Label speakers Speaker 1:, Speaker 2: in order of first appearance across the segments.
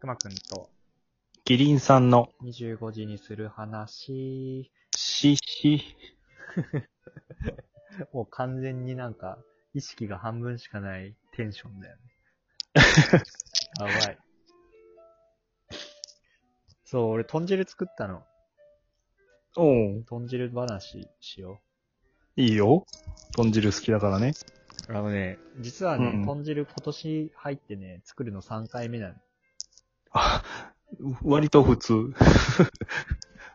Speaker 1: くまくんと
Speaker 2: キリンさんの、
Speaker 1: 25時にする話。
Speaker 2: し、し、
Speaker 1: もう完全になんか、意識が半分しかないテンションだ よね。やばい。そう、俺豚汁作ったの。
Speaker 2: おう
Speaker 1: 豚汁話しよ
Speaker 2: いいよ。豚汁好きだからね。
Speaker 1: う。あのね、実はね、
Speaker 2: うん
Speaker 1: 豚汁今年入ってね、作るの3回目なの。
Speaker 2: あ、割と普通。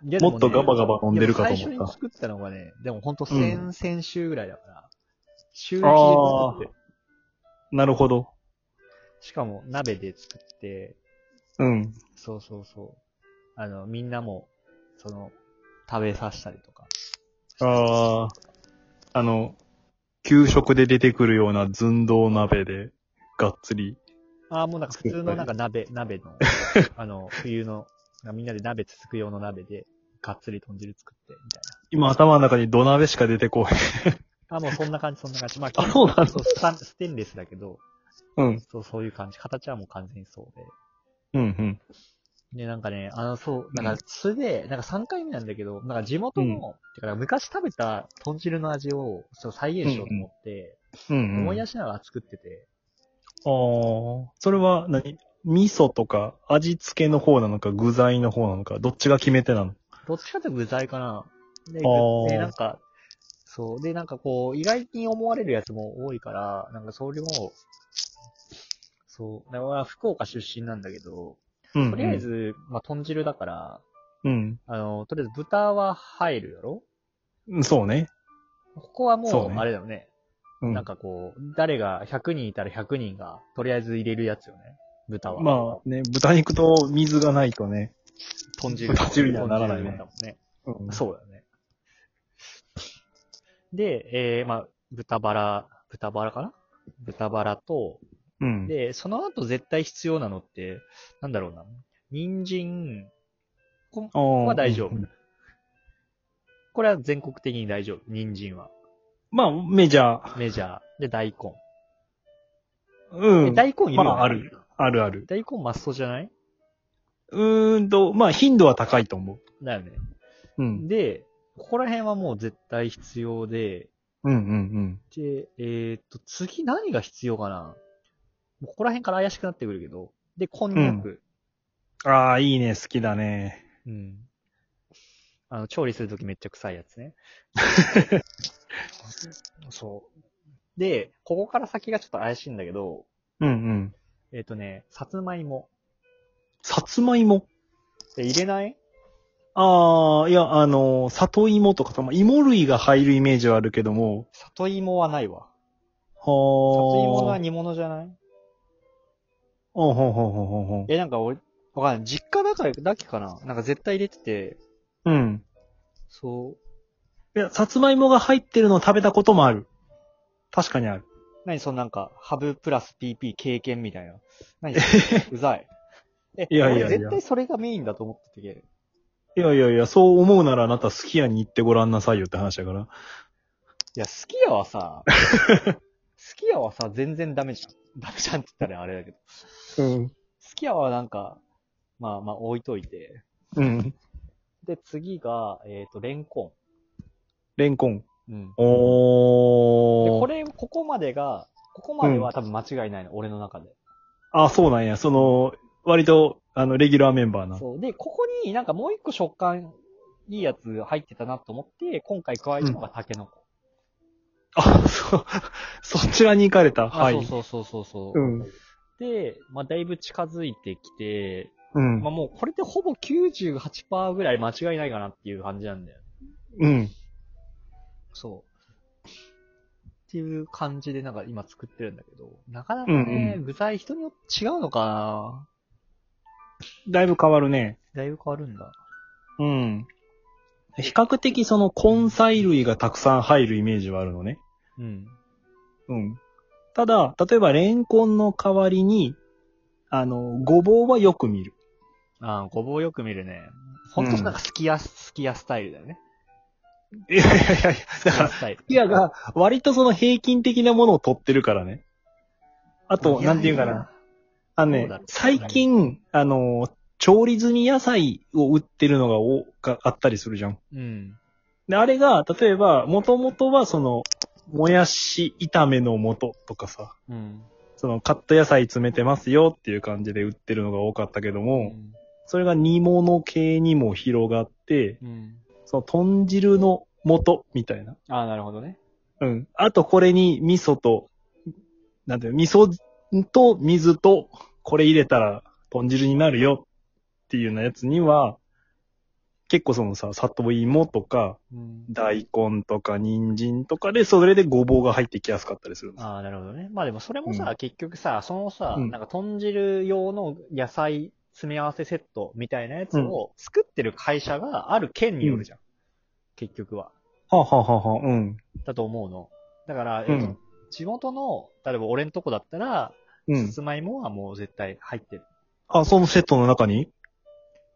Speaker 1: いや
Speaker 2: もっとガバガバ飲んでるかと思った
Speaker 1: いや最初に作ったのがね、でもほんと先、
Speaker 2: う
Speaker 1: 先週ぐらいだから。週一で
Speaker 2: あ
Speaker 1: 作って。
Speaker 2: なるほど。
Speaker 1: しかも鍋で作って、
Speaker 2: うん。
Speaker 1: そうそうそう。あの、みんなも、その、食べさせたりとか。
Speaker 2: ああ、あの、給食で出てくるような寸胴鍋で、がっつり。
Speaker 1: ああ、もうなんか普通のなんか 鍋、鍋の、あの、冬の、みんなで鍋つつく用の鍋で、がっつり豚汁作って、みたい
Speaker 2: 今頭の中に土鍋しか出てこない。
Speaker 1: な。あーもうそんな感じ、そんな感じ。まあ、
Speaker 2: あそうなの
Speaker 1: そうスタンステンレスだけど、
Speaker 2: うん。
Speaker 1: そう、そういう感じ。形はもう完全にそうで。
Speaker 2: うん、うん。
Speaker 1: で、なんかね、あの、そう、なん
Speaker 2: う
Speaker 1: か
Speaker 2: ん、
Speaker 1: それで、なんか3回目なんだけど、なんか地元の、
Speaker 2: うん
Speaker 1: てか、昔食べた豚汁の味を、そう、再現しようと思って、
Speaker 2: うん、うん。
Speaker 1: 思い出
Speaker 2: し
Speaker 1: しながら作ってて、
Speaker 2: ああ、それは何味噌とか味付けの方なのか具材の方なのか、どっちが決め手なの
Speaker 1: どっちかっていうと具材かな。で、
Speaker 2: あー
Speaker 1: でなんか、そう。で、なんかこう、意外に思われるやつも多いから、なんかそれも、そう。だから福岡出身なんだけど、
Speaker 2: うん、うん
Speaker 1: とりあえ。ず、まあ、豚汁だから、
Speaker 2: うん。
Speaker 1: あの、とりあえず豚は入るやろ
Speaker 2: そうね。
Speaker 1: ここはも
Speaker 2: そう
Speaker 1: う、
Speaker 2: ね
Speaker 1: あれだよね。
Speaker 2: うん。
Speaker 1: なんかこう、誰が、100人いたら100人が、とりあえず入れるやつよね。豚は。
Speaker 2: まあね、豚肉と水がないとね。
Speaker 1: 豚汁。
Speaker 2: 豚汁にはならないね
Speaker 1: 豚汁だもんね。
Speaker 2: うん
Speaker 1: そうだよね。で、えー、まあ、豚バラ、豚バラかな豚バラと、
Speaker 2: うん。
Speaker 1: で、その後絶対必要なのって、なんだろうな。人参、こ
Speaker 2: あー
Speaker 1: は大丈夫
Speaker 2: うん
Speaker 1: これは全国的に大丈夫。人参は。
Speaker 2: まあ、メジャー。
Speaker 1: メジャー。で、大根。
Speaker 2: う
Speaker 1: え
Speaker 2: ん。
Speaker 1: 大根いるよね
Speaker 2: まあある。あるある。
Speaker 1: 大根マストじゃないう
Speaker 2: ーんと、まあ、頻度は高いと思
Speaker 1: だよね。
Speaker 2: う。うん。
Speaker 1: で、ここら辺はもう絶対必要で、
Speaker 2: うんうん
Speaker 1: で、えーっと、次何が必要かなもうここら辺から怪しくなってくるけど。で、こんにゃく。
Speaker 2: うん。ああ、いいね、好きだね。
Speaker 1: うん。あの、調理するときめっちゃ臭いやつね。 そう。で、ここから先がちょっと怪しいんだけど、
Speaker 2: うんうん。
Speaker 1: えっ、とね、さつまいも。
Speaker 2: さつまいも
Speaker 1: で入れない
Speaker 2: ああ、いや、あの、里芋とかさ、まあ、芋類が入るイメージはあるけども、
Speaker 1: 里芋はないわ。
Speaker 2: はあ。
Speaker 1: 里
Speaker 2: 里
Speaker 1: 芋が煮物じゃない
Speaker 2: ほうほうほうほうほうほ
Speaker 1: え、なんか俺、わかんない。実家だからだけかななんか絶対入れてて、
Speaker 2: う。うん。
Speaker 1: そう。
Speaker 2: いや、さつまいもが入ってるのを食べたこともある。確かにある。
Speaker 1: 何そのなんか、ハブプラス PP 経験みたい な。何うざい。え、
Speaker 2: いやいやいや
Speaker 1: 俺絶対それがメインだと思ってて。
Speaker 2: いやいやいや、そう思うならあなたすき家に行ってごらんなさいよって話だから。
Speaker 1: いや、好き家は さ、好き家はさ、全然ダメじゃん。ダメじゃんって言ったらあれだけど。
Speaker 2: うん。
Speaker 1: 好き家はなんか、まあまあ置いといて。
Speaker 2: うん。
Speaker 1: で、次が、えっ、と、レンコ
Speaker 2: レンコン。
Speaker 1: ン。うん。で、
Speaker 2: おー。
Speaker 1: これ、ここまでが、ここまでは多分間違いないの、俺の中で。
Speaker 2: あ、そうなんや。その、割と、あの、レギュラーメンバーな。
Speaker 1: そう。で、ここになんかもう一個食感いいやつ入ってたなと思って、今回加えたのがタケノコ。
Speaker 2: あ、そう。 そちらに行かれた。
Speaker 1: あ
Speaker 2: はい。
Speaker 1: そうそうそうそうう。
Speaker 2: ん。
Speaker 1: で、まあだいぶ近づいてきて、
Speaker 2: うん
Speaker 1: まあ。もうこれでほぼ98%ぐらい間違いないかなっていう感じなんだよ。
Speaker 2: うん。
Speaker 1: そう。っていう感じでなんか今作ってるんだけど、なかなか
Speaker 2: うん
Speaker 1: ね、
Speaker 2: う
Speaker 1: 具材人によって違うのかな
Speaker 2: だいぶ変わるね。
Speaker 1: だいぶ変わるんだ。
Speaker 2: うん。比較的その根菜類がたくさん入るイメージはあるのね。
Speaker 1: うん。
Speaker 2: うん。ただ、例えばレンコンの代わりに、あの、ごぼうはよく見る。
Speaker 1: ああ、ごぼうよく見るね。ほんとなんかすき家、すき家スタイルだよね。
Speaker 2: いやいやいやいや、だから、
Speaker 1: スタイル。
Speaker 2: いやが、割とその平均的なものを取ってるからね。あ
Speaker 1: いやいや、
Speaker 2: と、なんていうかな。あの
Speaker 1: ど
Speaker 2: ね
Speaker 1: うだろう、
Speaker 2: 最近、あの、調理済み野菜を売ってるのがおがあったりするじゃん。
Speaker 1: うん。
Speaker 2: で、あれが、例えば、もともとはその、もやし炒めの素とかさ、
Speaker 1: うん。
Speaker 2: そのカット野菜詰めてますよっていう感じで売ってるのが多かったけど
Speaker 1: う
Speaker 2: も、
Speaker 1: ん。
Speaker 2: それが煮物系にも広がって、
Speaker 1: うん。
Speaker 2: その豚汁の素みたいな。
Speaker 1: ああ、なるほどね。
Speaker 2: うん。あとこれに味噌と、なんていうの、味噌と水と、これ入れたら豚汁になるよっていうようなやつには、結構そのさ、里芋とか、
Speaker 1: うん。
Speaker 2: 大根とか人参とかで、それでごぼうが入ってきやすかったりするんですよ
Speaker 1: ああ、なるほどね。まあでもそれもさ、
Speaker 2: うん
Speaker 1: 結局さ、そのさ、
Speaker 2: うん
Speaker 1: なんか豚汁用の野菜詰め合わせセットみたいなやつ
Speaker 2: うん
Speaker 1: を作ってる会社がある県によるじゃん。結局は。
Speaker 2: はあ、はあはあはあ、うん。
Speaker 1: だと思うの。だから、
Speaker 2: う
Speaker 1: えっと
Speaker 2: ん。
Speaker 1: 地元の、例えば俺んとこだったら、
Speaker 2: う
Speaker 1: さ
Speaker 2: ん。
Speaker 1: つまいもはもう絶対入ってる。
Speaker 2: あ、そのセットの中に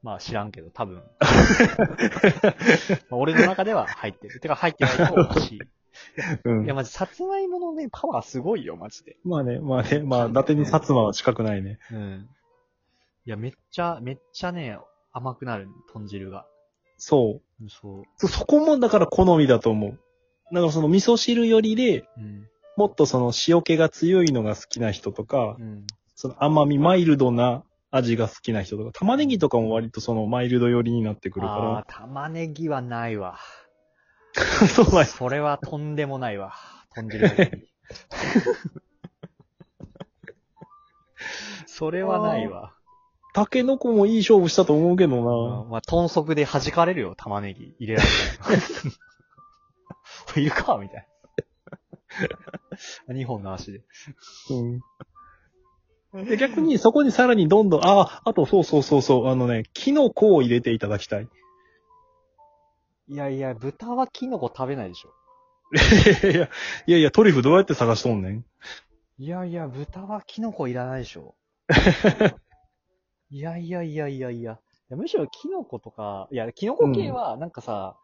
Speaker 1: まあ知らんけど、多 分。まあ俺の中では入ってる。てか入ってないと思うし。
Speaker 2: う
Speaker 1: いや、
Speaker 2: ん。
Speaker 1: まじ、さつまいものね、パワーすごいよ、マジで。
Speaker 2: まあね、まあね、まあ、伊達に薩摩は近くないね。
Speaker 1: うん。いや、めっちゃ、めっちゃね、甘くなる、豚汁が。
Speaker 2: そう。
Speaker 1: うんそう。
Speaker 2: そ、そこもだから好みだと思う。だからその味噌汁よりで、
Speaker 1: うん。
Speaker 2: もっとその塩気が強いのが好きな人とか
Speaker 1: う、ん。
Speaker 2: その甘み、マイルドな味が好きな人とか、玉ねぎとかも割とそのマイルド寄りになってくる
Speaker 1: あ
Speaker 2: か
Speaker 1: あ、玉ねぎはないわ。
Speaker 2: ら。 そうなんや
Speaker 1: それはとんでもないわ。豚汁だ けにそれはないわ。
Speaker 2: タケノコもいい勝負したと思うけ
Speaker 1: う
Speaker 2: ど
Speaker 1: んまあ、豚足で弾かれるよ、玉ねぎ。入れられたらこ れいるかみたいな。2本の足で。
Speaker 2: な。うん。で逆にそこにさらにどんどん、ああ、あとそうそうそうそう、あのね、キノコを入れていただきたい。
Speaker 1: いやいや、豚はキノコ食べないでしょ。
Speaker 2: いやいや、いやいや、トリュフどうやって探しとんねん。
Speaker 1: いやいや、豚はキノコいらないでし ょ。いやいやいやいやいや。いやむしろキノコとか、いや、キノコ系はなんかさ、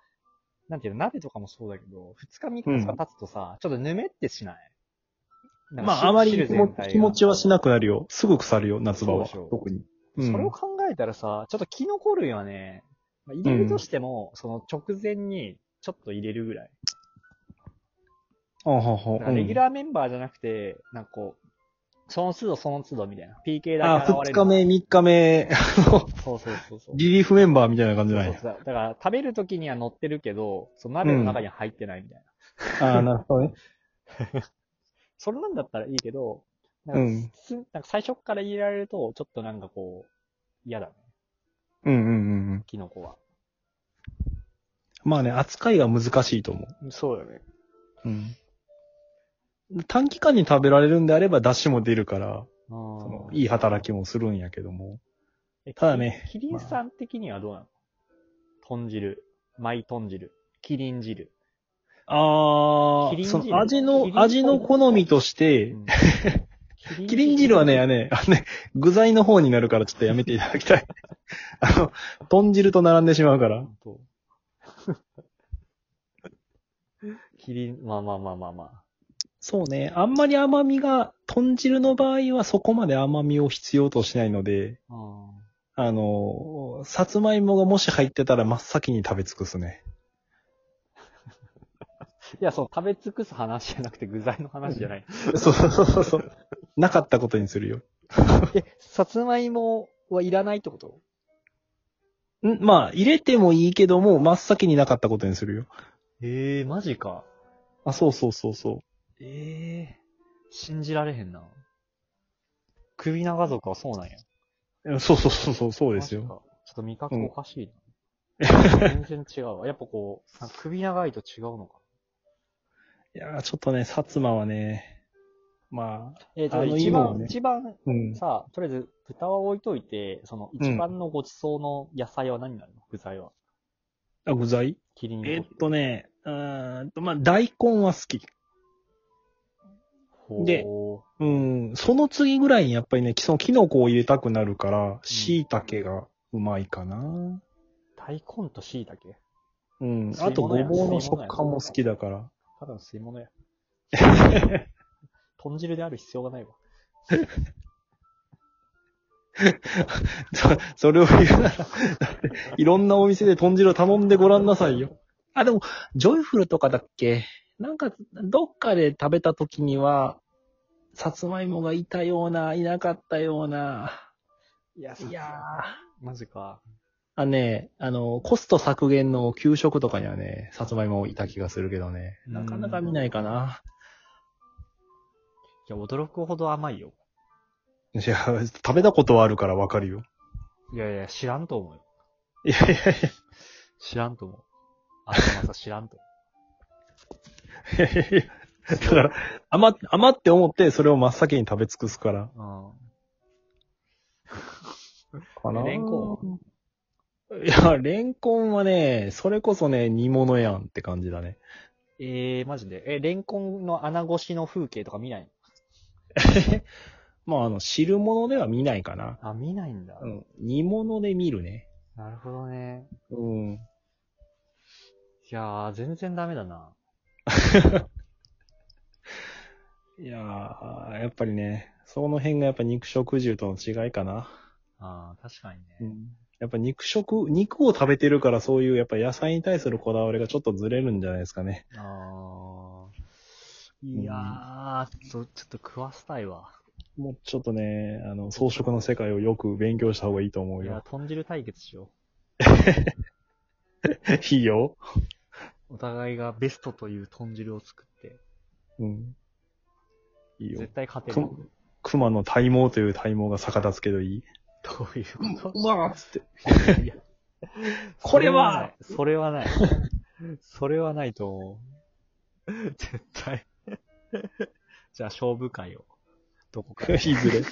Speaker 1: なんていうの、鍋とかもそうだけど、2日3日経つとさ、ちょっとぬめってしないなんか
Speaker 2: まあ、あまり
Speaker 1: 汁
Speaker 2: 気
Speaker 1: 全
Speaker 2: 持
Speaker 1: 体が
Speaker 2: 気持ちはしなくなるよ。すぐ腐るよ、夏場は。
Speaker 1: そうでしょ
Speaker 2: 特に。
Speaker 1: そ
Speaker 2: うん
Speaker 1: れを考えたらさ、ちょっとキノコ類はね、まあ入れるとしても、その直前にちょっと入れるぐらい。
Speaker 2: あは
Speaker 1: だ
Speaker 2: は
Speaker 1: からレギュラーメンバーじゃなくて、なんかこう、その都度その都度みたいな。PK だ
Speaker 2: あ、
Speaker 1: け現れる。
Speaker 2: 二日目、三日目、あの
Speaker 1: そうそうそうそう。
Speaker 2: リリーフメンバーみたいな感じじゃな
Speaker 1: そう
Speaker 2: い
Speaker 1: そうだから、食べるときには乗ってるけど、その鍋の中には入ってないみたいな。
Speaker 2: ああ、なるほどね。
Speaker 1: それなんだったらいいけど、なん
Speaker 2: う
Speaker 1: か,、
Speaker 2: ん。
Speaker 1: すなんか最初から入れられると、ちょっとなんかこう、嫌だね、
Speaker 2: うんうんうんうん。
Speaker 1: キノコは。
Speaker 2: まあね、扱いが難しいと思
Speaker 1: そうだね。
Speaker 2: う。うん。短期間に食べられるんであれば、出汁も出るから、そのいい働きもするんやけども。
Speaker 1: い
Speaker 2: ただね
Speaker 1: キリンさん的にはどうなの、豚汁。マイ豚汁。キリン汁。
Speaker 2: あ
Speaker 1: キリン汁
Speaker 2: あ、その
Speaker 1: キ
Speaker 2: 味
Speaker 1: リン
Speaker 2: の、
Speaker 1: 汁
Speaker 2: 味の好みとして、
Speaker 1: うん
Speaker 2: キリン汁はね、あのね、あのね、具材の方になるからちょっとやめていただきたい。 あの、豚汁と並んでしまうから。
Speaker 1: 本当 キリン、まあまあまあまあまあ。
Speaker 2: そうね。あんまり甘みが、豚汁の場合はそこまで甘みを必要としないので、
Speaker 1: うん
Speaker 2: あの、さつまいもがもし入ってたら真っ先に食べ尽くすね。
Speaker 1: いや、そう、食べ尽くす話じゃなくて具材の話じゃない。
Speaker 2: そうそうそうそう。なかったことにするよ。
Speaker 1: え、さつまいもはいらないってこと
Speaker 2: んまあ、入れてもいいけども、真っ先になかったことにするよ。
Speaker 1: ええマジか。
Speaker 2: あ、そうそうそうそう。
Speaker 1: ええ信じられへんな。首長族はそうなんや。
Speaker 2: えそうそうそうそう、そうです
Speaker 1: マジ
Speaker 2: よ。
Speaker 1: か。ちょっと味覚
Speaker 2: うん
Speaker 1: おかしいな。 全然違うわ。やっぱこう、なんか首長いと違うのか。
Speaker 2: いやーちょっとね、薩摩はね、まあ、
Speaker 1: えー、じゃ
Speaker 2: あ
Speaker 1: あ
Speaker 2: の
Speaker 1: 一
Speaker 2: 今は
Speaker 1: 番、
Speaker 2: ね
Speaker 1: 一番
Speaker 2: うん。
Speaker 1: さ、とりあえず豚は置いといて、その一番のごちそうの野菜は何になるの具材は。
Speaker 2: あ、具材
Speaker 1: キリンゴ
Speaker 2: えーっとね、うーんと、まあ、大根は好き。
Speaker 1: ほう
Speaker 2: でうん、その次ぐらいにやっぱりね、そのキノコを入れたくなるから、椎茸がうまいかな。
Speaker 1: 大根と椎茸
Speaker 2: うん。
Speaker 1: 吸い物や
Speaker 2: あと、ごぼうの
Speaker 1: 吸い物
Speaker 2: 食
Speaker 1: や
Speaker 2: 感も好きだから。
Speaker 1: ただの吸い物 や。豚汁である必要がないわ。
Speaker 2: そそれを言うなら、だって、いろんなお店で豚汁を頼んでごらんなさいよ。あ、でも、ジョイフルとかだっけなんか、どっかで食べた時には、さつまいもがいたような、いなかったような。
Speaker 1: いや、
Speaker 2: いやー。
Speaker 1: マジか。
Speaker 2: あね、あの、コスト削減の給食とかにはね、さつまいもいた気がするけどね。なかなか見ないかな。
Speaker 1: いや、驚くほど甘いよ。
Speaker 2: いや、食べたことはあるからわかるよ。
Speaker 1: いやいや、知らんと思うよ。
Speaker 2: いやいやいや。
Speaker 1: 知らんと思う。あのまさ知らんと思
Speaker 2: いやいやいや だから、甘っ、甘って思って、それを真っ先に食べ尽くすから。
Speaker 1: う。うん。
Speaker 2: かな
Speaker 1: レンコ
Speaker 2: いや、レンコンはね、それこそね、煮物やんって感じ だね。
Speaker 1: えー、マジで。え、レンコンの穴越しの風景とか見ない
Speaker 2: まあ、あの、汁物では見ないかな。
Speaker 1: のあ、見ないんだ。
Speaker 2: うん。煮物で見るね。
Speaker 1: なるほどね。
Speaker 2: うん。
Speaker 1: いやー、全然ダメだな。
Speaker 2: いやー、やっぱりね、その辺がやっぱ肉食獣との違いかな。
Speaker 1: あー、確かにね。
Speaker 2: ん。やっぱ肉食、肉を食べてるからそういう、やっぱ野菜に対するこだわりがちょっとずれるんじゃないですかね。
Speaker 1: あー。いやー、ちょ、ちょっと食わせたいわ。
Speaker 2: もうちょっとね、あの、装飾の世界をよく勉強した方がいいと思う
Speaker 1: いや、
Speaker 2: よ。
Speaker 1: 豚汁対決しよ
Speaker 2: いいよ。
Speaker 1: う。お互いがベストという豚汁を作って、
Speaker 2: うん。いいよ
Speaker 1: 絶。対勝てる。
Speaker 2: く
Speaker 1: ど
Speaker 2: 熊の体毛という体毛が逆立つけどいいう
Speaker 1: いうこ
Speaker 2: わーっつって。
Speaker 1: といや
Speaker 2: これは
Speaker 1: それはない。それはない。 それはないと思う。 絶対。じゃあ勝負会を。どこかで
Speaker 2: いずれ。